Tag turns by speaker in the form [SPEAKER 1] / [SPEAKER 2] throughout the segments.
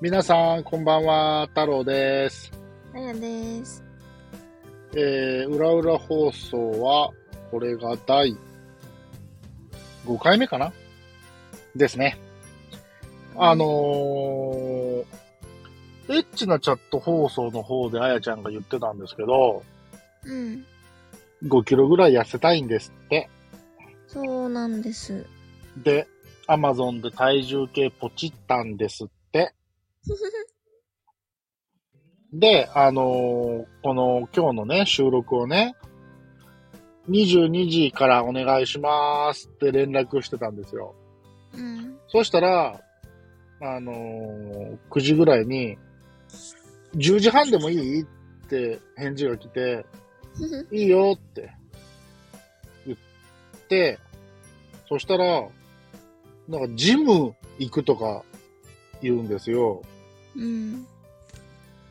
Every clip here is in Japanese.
[SPEAKER 1] 皆さん、こんばんは、太郎です。
[SPEAKER 2] あやです。
[SPEAKER 1] えー、裏裏放送は、これが第5回目かなですね。あのー、エッチなチャット放送の方であやちゃんが言ってたんですけど、
[SPEAKER 2] うん、
[SPEAKER 1] 5キロぐらい痩せたいんですって。
[SPEAKER 2] そうなんです。
[SPEAKER 1] で、アマゾンで体重計ポチったんですって。で、あのーこの今日のね、収録をね、22時からお願いしますって連絡してたんですよ。
[SPEAKER 2] うん、
[SPEAKER 1] そしたら、あのー9時ぐらいに、10時半でもいいって返事が来て、いいよって言って、そしたら、なんかジム行くとか言うんですよ。
[SPEAKER 2] うん、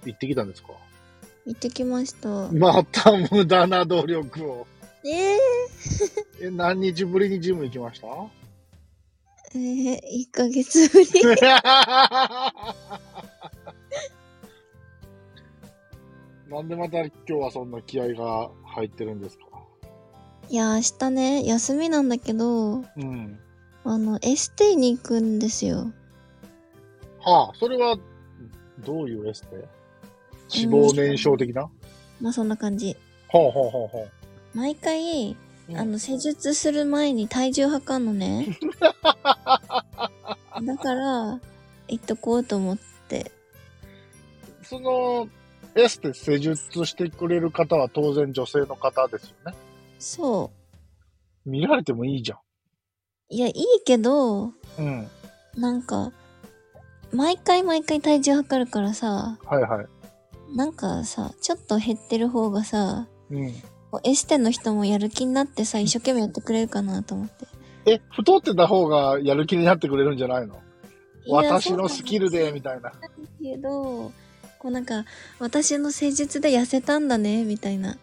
[SPEAKER 1] 行ってきたんですか
[SPEAKER 2] 行ってきました。
[SPEAKER 1] また無駄な努力を。
[SPEAKER 2] えー、
[SPEAKER 1] え、何日ぶりにジム行き ました
[SPEAKER 2] えー、一ヶ月ぶり。
[SPEAKER 1] なんでまた今日はそんな気合が入ってるんですか
[SPEAKER 2] いや、明日ね、休みなんだけど、
[SPEAKER 1] うん。
[SPEAKER 2] あの、エステに行くんですよ。
[SPEAKER 1] はあ、それは、どういうエステ脂肪燃焼的な、
[SPEAKER 2] まあ、そんな感じ。
[SPEAKER 1] ほうほうほうほう。
[SPEAKER 2] 毎回、
[SPEAKER 1] うん
[SPEAKER 2] あの、施術する前に体重測ん のね。だから、行っとこうと思って。
[SPEAKER 1] その、エステ施術してくれる方は当然女性の方ですよね。
[SPEAKER 2] そ
[SPEAKER 1] 見られてもいいじゃ
[SPEAKER 2] う。いや、いいけど、
[SPEAKER 1] ん。うん。
[SPEAKER 2] なんか、毎回毎回体重測るからさ、
[SPEAKER 1] はいはい。
[SPEAKER 2] なんかさ、ちょっと減ってる方がさ、
[SPEAKER 1] うん。
[SPEAKER 2] こうエステの人もやる気になってさ、一生懸命やってくれるかなと思って。
[SPEAKER 1] え、太ってた方がやる気になってくれるんじゃないの私
[SPEAKER 2] いや
[SPEAKER 1] のスキルで、。みたいな。
[SPEAKER 2] そうなんだけど、こうなんか、私の施術で痩せたんだね、みたいな。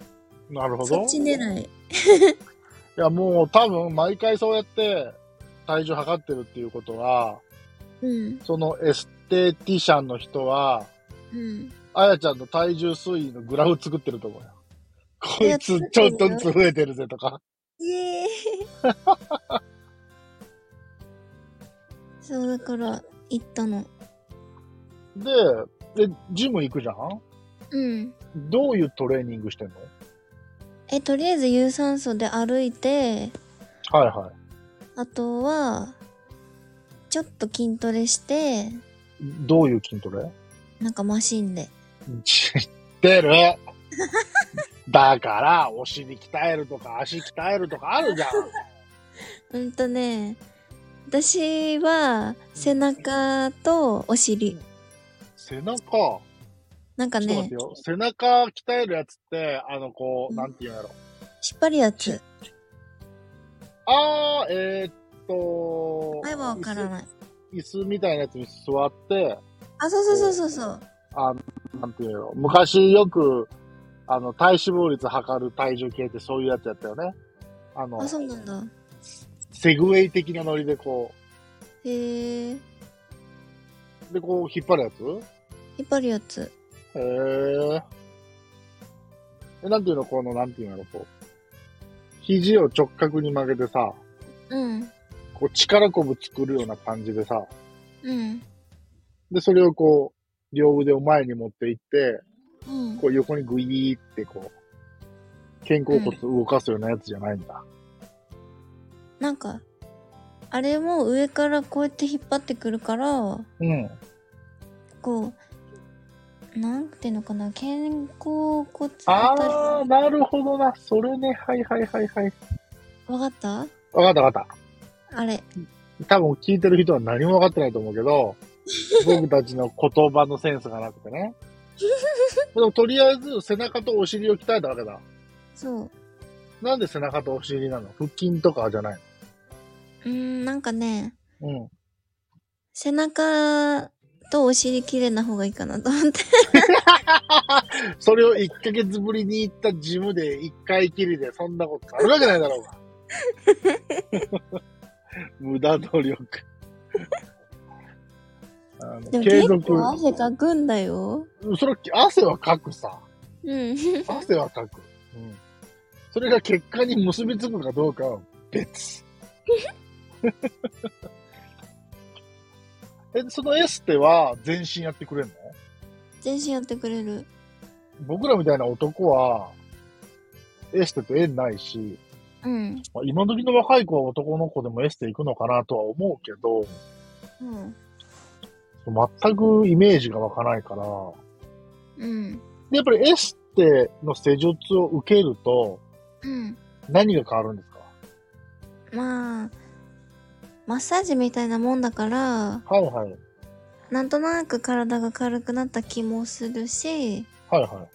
[SPEAKER 1] なるほ
[SPEAKER 2] そ
[SPEAKER 1] ど
[SPEAKER 2] っ。ち狙い。
[SPEAKER 1] いや、もう多分毎回そうやって体重測ってるっていうことは、
[SPEAKER 2] うん、
[SPEAKER 1] そのエステティシャンの人は、
[SPEAKER 2] うん。
[SPEAKER 1] あやちゃんの体重推移のグラフ作ってると思うよ。こ
[SPEAKER 2] いや
[SPEAKER 1] いつちょっとずつ増えてるぜとか。
[SPEAKER 2] ええそう、だから、行ったの。
[SPEAKER 1] で、で、ジム行くじゃん
[SPEAKER 2] うん。
[SPEAKER 1] どういうトレーニングしてんの
[SPEAKER 2] え、とりあえず有酸素で歩いて、
[SPEAKER 1] はいは
[SPEAKER 2] あとは、ちょっと筋トレして、
[SPEAKER 1] い。どういう筋トレ
[SPEAKER 2] なんかマシンで。
[SPEAKER 1] 知って るだから、お尻鍛えるとか足鍛えるとかあるじゃん。
[SPEAKER 2] うんとね、私は背中とお尻。
[SPEAKER 1] 背中。
[SPEAKER 2] なんか
[SPEAKER 1] ちょっと待っ
[SPEAKER 2] ね
[SPEAKER 1] て、よ。背中鍛えるやつって、あの、こう、
[SPEAKER 2] うん
[SPEAKER 1] なんていうんやろ。
[SPEAKER 2] 引っ張るやつ。
[SPEAKER 1] あー、えー、っと、
[SPEAKER 2] 前はわからない。
[SPEAKER 1] 椅子。椅子みたいなやつに座って、
[SPEAKER 2] あ、そうそうそうそうそう。
[SPEAKER 1] なんていうんやろ。昔よく、あの、体脂肪率測る体重計ってそういうやつやったよね。あの
[SPEAKER 2] あ、、そうなんだ。
[SPEAKER 1] セグウェイ的なノリでこ
[SPEAKER 2] へえ。
[SPEAKER 1] う、で、こう、引っ張るやつ
[SPEAKER 2] 引っ張るやつ。
[SPEAKER 1] へー。え、なんていうのこの、なんていうんやろ、こう。肘を直角に曲げてさ、
[SPEAKER 2] うん。
[SPEAKER 1] こう、力こぶ作るような感じでさ、
[SPEAKER 2] うん。
[SPEAKER 1] で、それをこう、両腕を前に持っていって、
[SPEAKER 2] うん。
[SPEAKER 1] こう横にグイーってこう、肩甲骨を動かすようなやつじゃないんだ。
[SPEAKER 2] なんか、あれも上からこうやって引っ張ってくるから、
[SPEAKER 1] うん。
[SPEAKER 2] こう、なんていうのかな、肩甲骨あたり。
[SPEAKER 1] あー、なるほどな。それね。はいはいはいはい。
[SPEAKER 2] わかった
[SPEAKER 1] わかったわかっ
[SPEAKER 2] あれ。
[SPEAKER 1] た。多分聞いてる人は何もわかってないと思うけ ど、僕たちの言葉のセンスがなくてね。でもとりあえず背中とお尻を鍛えたわけだ。
[SPEAKER 2] そう。
[SPEAKER 1] なんで背中とお尻なの腹筋とかじゃないう
[SPEAKER 2] ーん、なんかね、
[SPEAKER 1] のうん。背
[SPEAKER 2] 背中とお尻綺麗な方がいいかなと 思って。
[SPEAKER 1] それを1ヶ月ぶりに行ったジムで1回きりでそんなことあるわけないだろう が。無駄努力。あの
[SPEAKER 2] でも
[SPEAKER 1] 継
[SPEAKER 2] 結
[SPEAKER 1] 続
[SPEAKER 2] 構汗かくんだよ。
[SPEAKER 1] それ汗はかくさ
[SPEAKER 2] うん。
[SPEAKER 1] 汗はかく、うん、それが結果に結びつくかどうかは別 えそのエステは全身やってくれるの
[SPEAKER 2] 全身やってくれる。
[SPEAKER 1] 僕らみたいな男はエステと縁ないし、
[SPEAKER 2] うん。
[SPEAKER 1] まあ、今時の若い子は男の子でもエステ行くのかなとは思うけど
[SPEAKER 2] うん。
[SPEAKER 1] 全くイメージが湧かないから
[SPEAKER 2] うん。
[SPEAKER 1] でやっぱりエステの施術を受けると
[SPEAKER 2] うん。
[SPEAKER 1] 何が変わるんですか
[SPEAKER 2] まあ、マッサージみたいなもんだから、
[SPEAKER 1] はいはいはい
[SPEAKER 2] なんとなく体が軽くなった気もするし、
[SPEAKER 1] は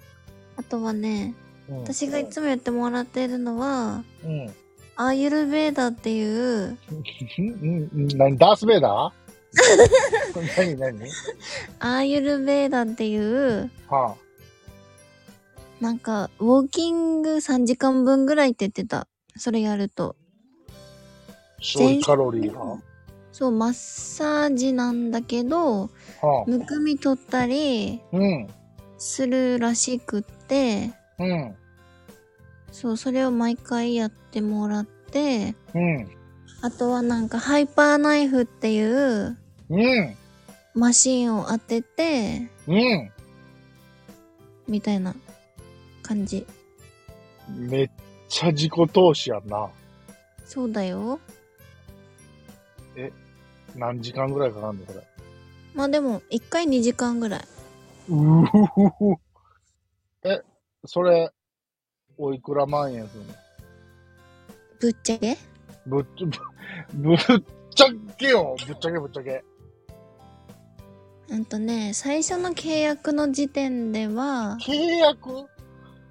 [SPEAKER 2] あとはね、
[SPEAKER 1] い、うん、
[SPEAKER 2] 私がいつもやってもらっているのは、
[SPEAKER 1] うん
[SPEAKER 2] アーユルベーダっていう、
[SPEAKER 1] うんうん何ダース・ベイダー 何何
[SPEAKER 2] アーユルベーダっていう、
[SPEAKER 1] は
[SPEAKER 2] なんか、ウォーキング3時間分ぐらいって言ってた。それやると。
[SPEAKER 1] あ消費カロリーは
[SPEAKER 2] そう、マッサージなんだけど、
[SPEAKER 1] はあ
[SPEAKER 2] むくみ取ったり
[SPEAKER 1] うん
[SPEAKER 2] するらしくって、
[SPEAKER 1] うん
[SPEAKER 2] そう、それを毎回やってもらって、
[SPEAKER 1] うん
[SPEAKER 2] あとはなんかハイパーナイフっていう
[SPEAKER 1] うん
[SPEAKER 2] マシンを当てて、
[SPEAKER 1] うん
[SPEAKER 2] みたいな感じ。
[SPEAKER 1] めっちゃ自己投資やんな
[SPEAKER 2] そうだよ。
[SPEAKER 1] 何時間ぐらいかかるのこれ
[SPEAKER 2] まあでも、1回2時間ぐらい。
[SPEAKER 1] うふふえそれおいくら万円するの
[SPEAKER 2] ぶっちゃけ
[SPEAKER 1] ぶっちゃ、ぶぶっちゃけよぶっちゃけぶっちゃけ。
[SPEAKER 2] うんとね、最初の契約の時点では、
[SPEAKER 1] 契約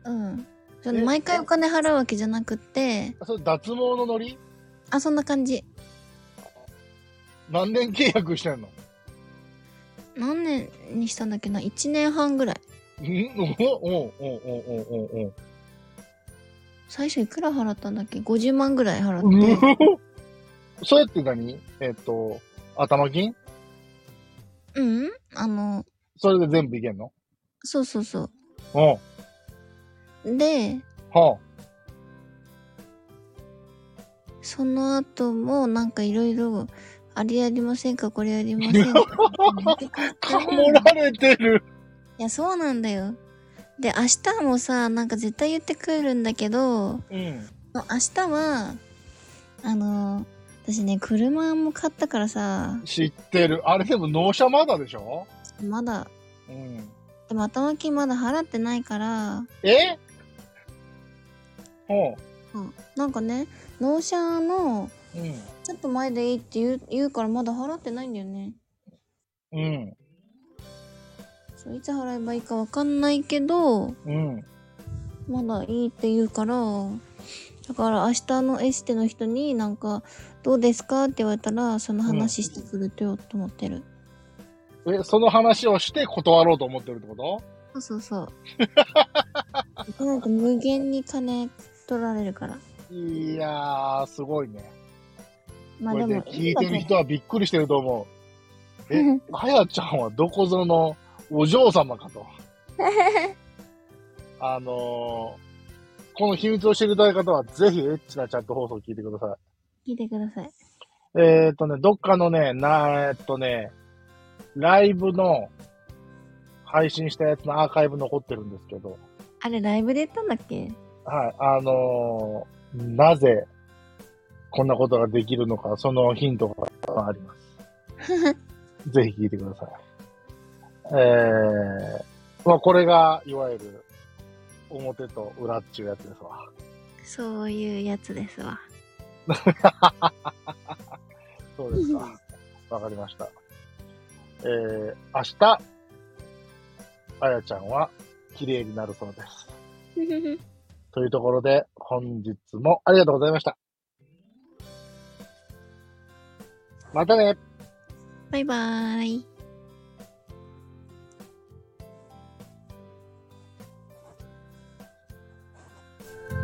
[SPEAKER 2] うん。その毎回お金払うわけじゃなくて、
[SPEAKER 1] それ脱毛のノリ
[SPEAKER 2] あ、そんな感じ。
[SPEAKER 1] 何年契約してんの
[SPEAKER 2] 何年にしたんだっけな ?1 年半ぐらい。
[SPEAKER 1] んおおおおおお
[SPEAKER 2] 最初いくら払ったんだっけ ?50 万ぐらい払
[SPEAKER 1] おう
[SPEAKER 2] って。
[SPEAKER 1] ふふそうやって何えっと、頭金
[SPEAKER 2] うんあの、
[SPEAKER 1] それで全部いけんの
[SPEAKER 2] そうそうそ
[SPEAKER 1] うん。は
[SPEAKER 2] う。で、
[SPEAKER 1] あ。
[SPEAKER 2] その後もなんかいろいろ、あれやりませんかこれやりませんかって言って
[SPEAKER 1] かもられてる。
[SPEAKER 2] いや、そうなんだよ。で、明日もさ、なんか絶対言ってくるんだけど、
[SPEAKER 1] うん。
[SPEAKER 2] 明日は、あの、私ね、車も買ったからさ、
[SPEAKER 1] 知ってる。あれでも納車まだでしょ
[SPEAKER 2] まだ、
[SPEAKER 1] うん。
[SPEAKER 2] でも頭金まだ払ってないから、
[SPEAKER 1] えほ
[SPEAKER 2] うんなんかね、納車の、
[SPEAKER 1] う。うん。
[SPEAKER 2] ちょっと前でいいって言う言うからまだ払ってないんだよね。
[SPEAKER 1] うん。
[SPEAKER 2] そういつ払えばいいかわかんないけど、
[SPEAKER 1] うん。
[SPEAKER 2] まだいいって言うから、だから明日のエステの人になんか、どうですかって言われたら、その話してくるとよと思ってる。
[SPEAKER 1] え、その話をして断ろうと思ってるってこと
[SPEAKER 2] そうそうそう。なんか無限に金取られるから。
[SPEAKER 1] いやー、すごいね。
[SPEAKER 2] まあ
[SPEAKER 1] こ
[SPEAKER 2] で
[SPEAKER 1] れね
[SPEAKER 2] も、
[SPEAKER 1] 聞いてる人はびっくりしてると思う。え
[SPEAKER 2] うん、
[SPEAKER 1] あやちゃんはどこぞのお嬢様かと。あのー、この秘密を知りたい方は、ぜひエッチなチャット放送を聞いてくださ
[SPEAKER 2] 聞いてください。
[SPEAKER 1] い。えっ、ー、とね、どっかのね、なえっとね、ライブの配信したやつのアーカイブ残ってるんですけど、
[SPEAKER 2] あれ、ライブで言ったんだっけ
[SPEAKER 1] はい、あのーなぜこんなことができるのか、そのヒントがあります。ぜひ聞いてください。えー、まあこれが、いわゆる、表と裏っちゅうやつですわ。
[SPEAKER 2] そういうやつですわ。
[SPEAKER 1] そうですか。わかりました。えー、明日、あやちゃんは、綺麗になるそうです。というところで、本日もありがとうございました。またね
[SPEAKER 2] バイバーイ。
[SPEAKER 3] 「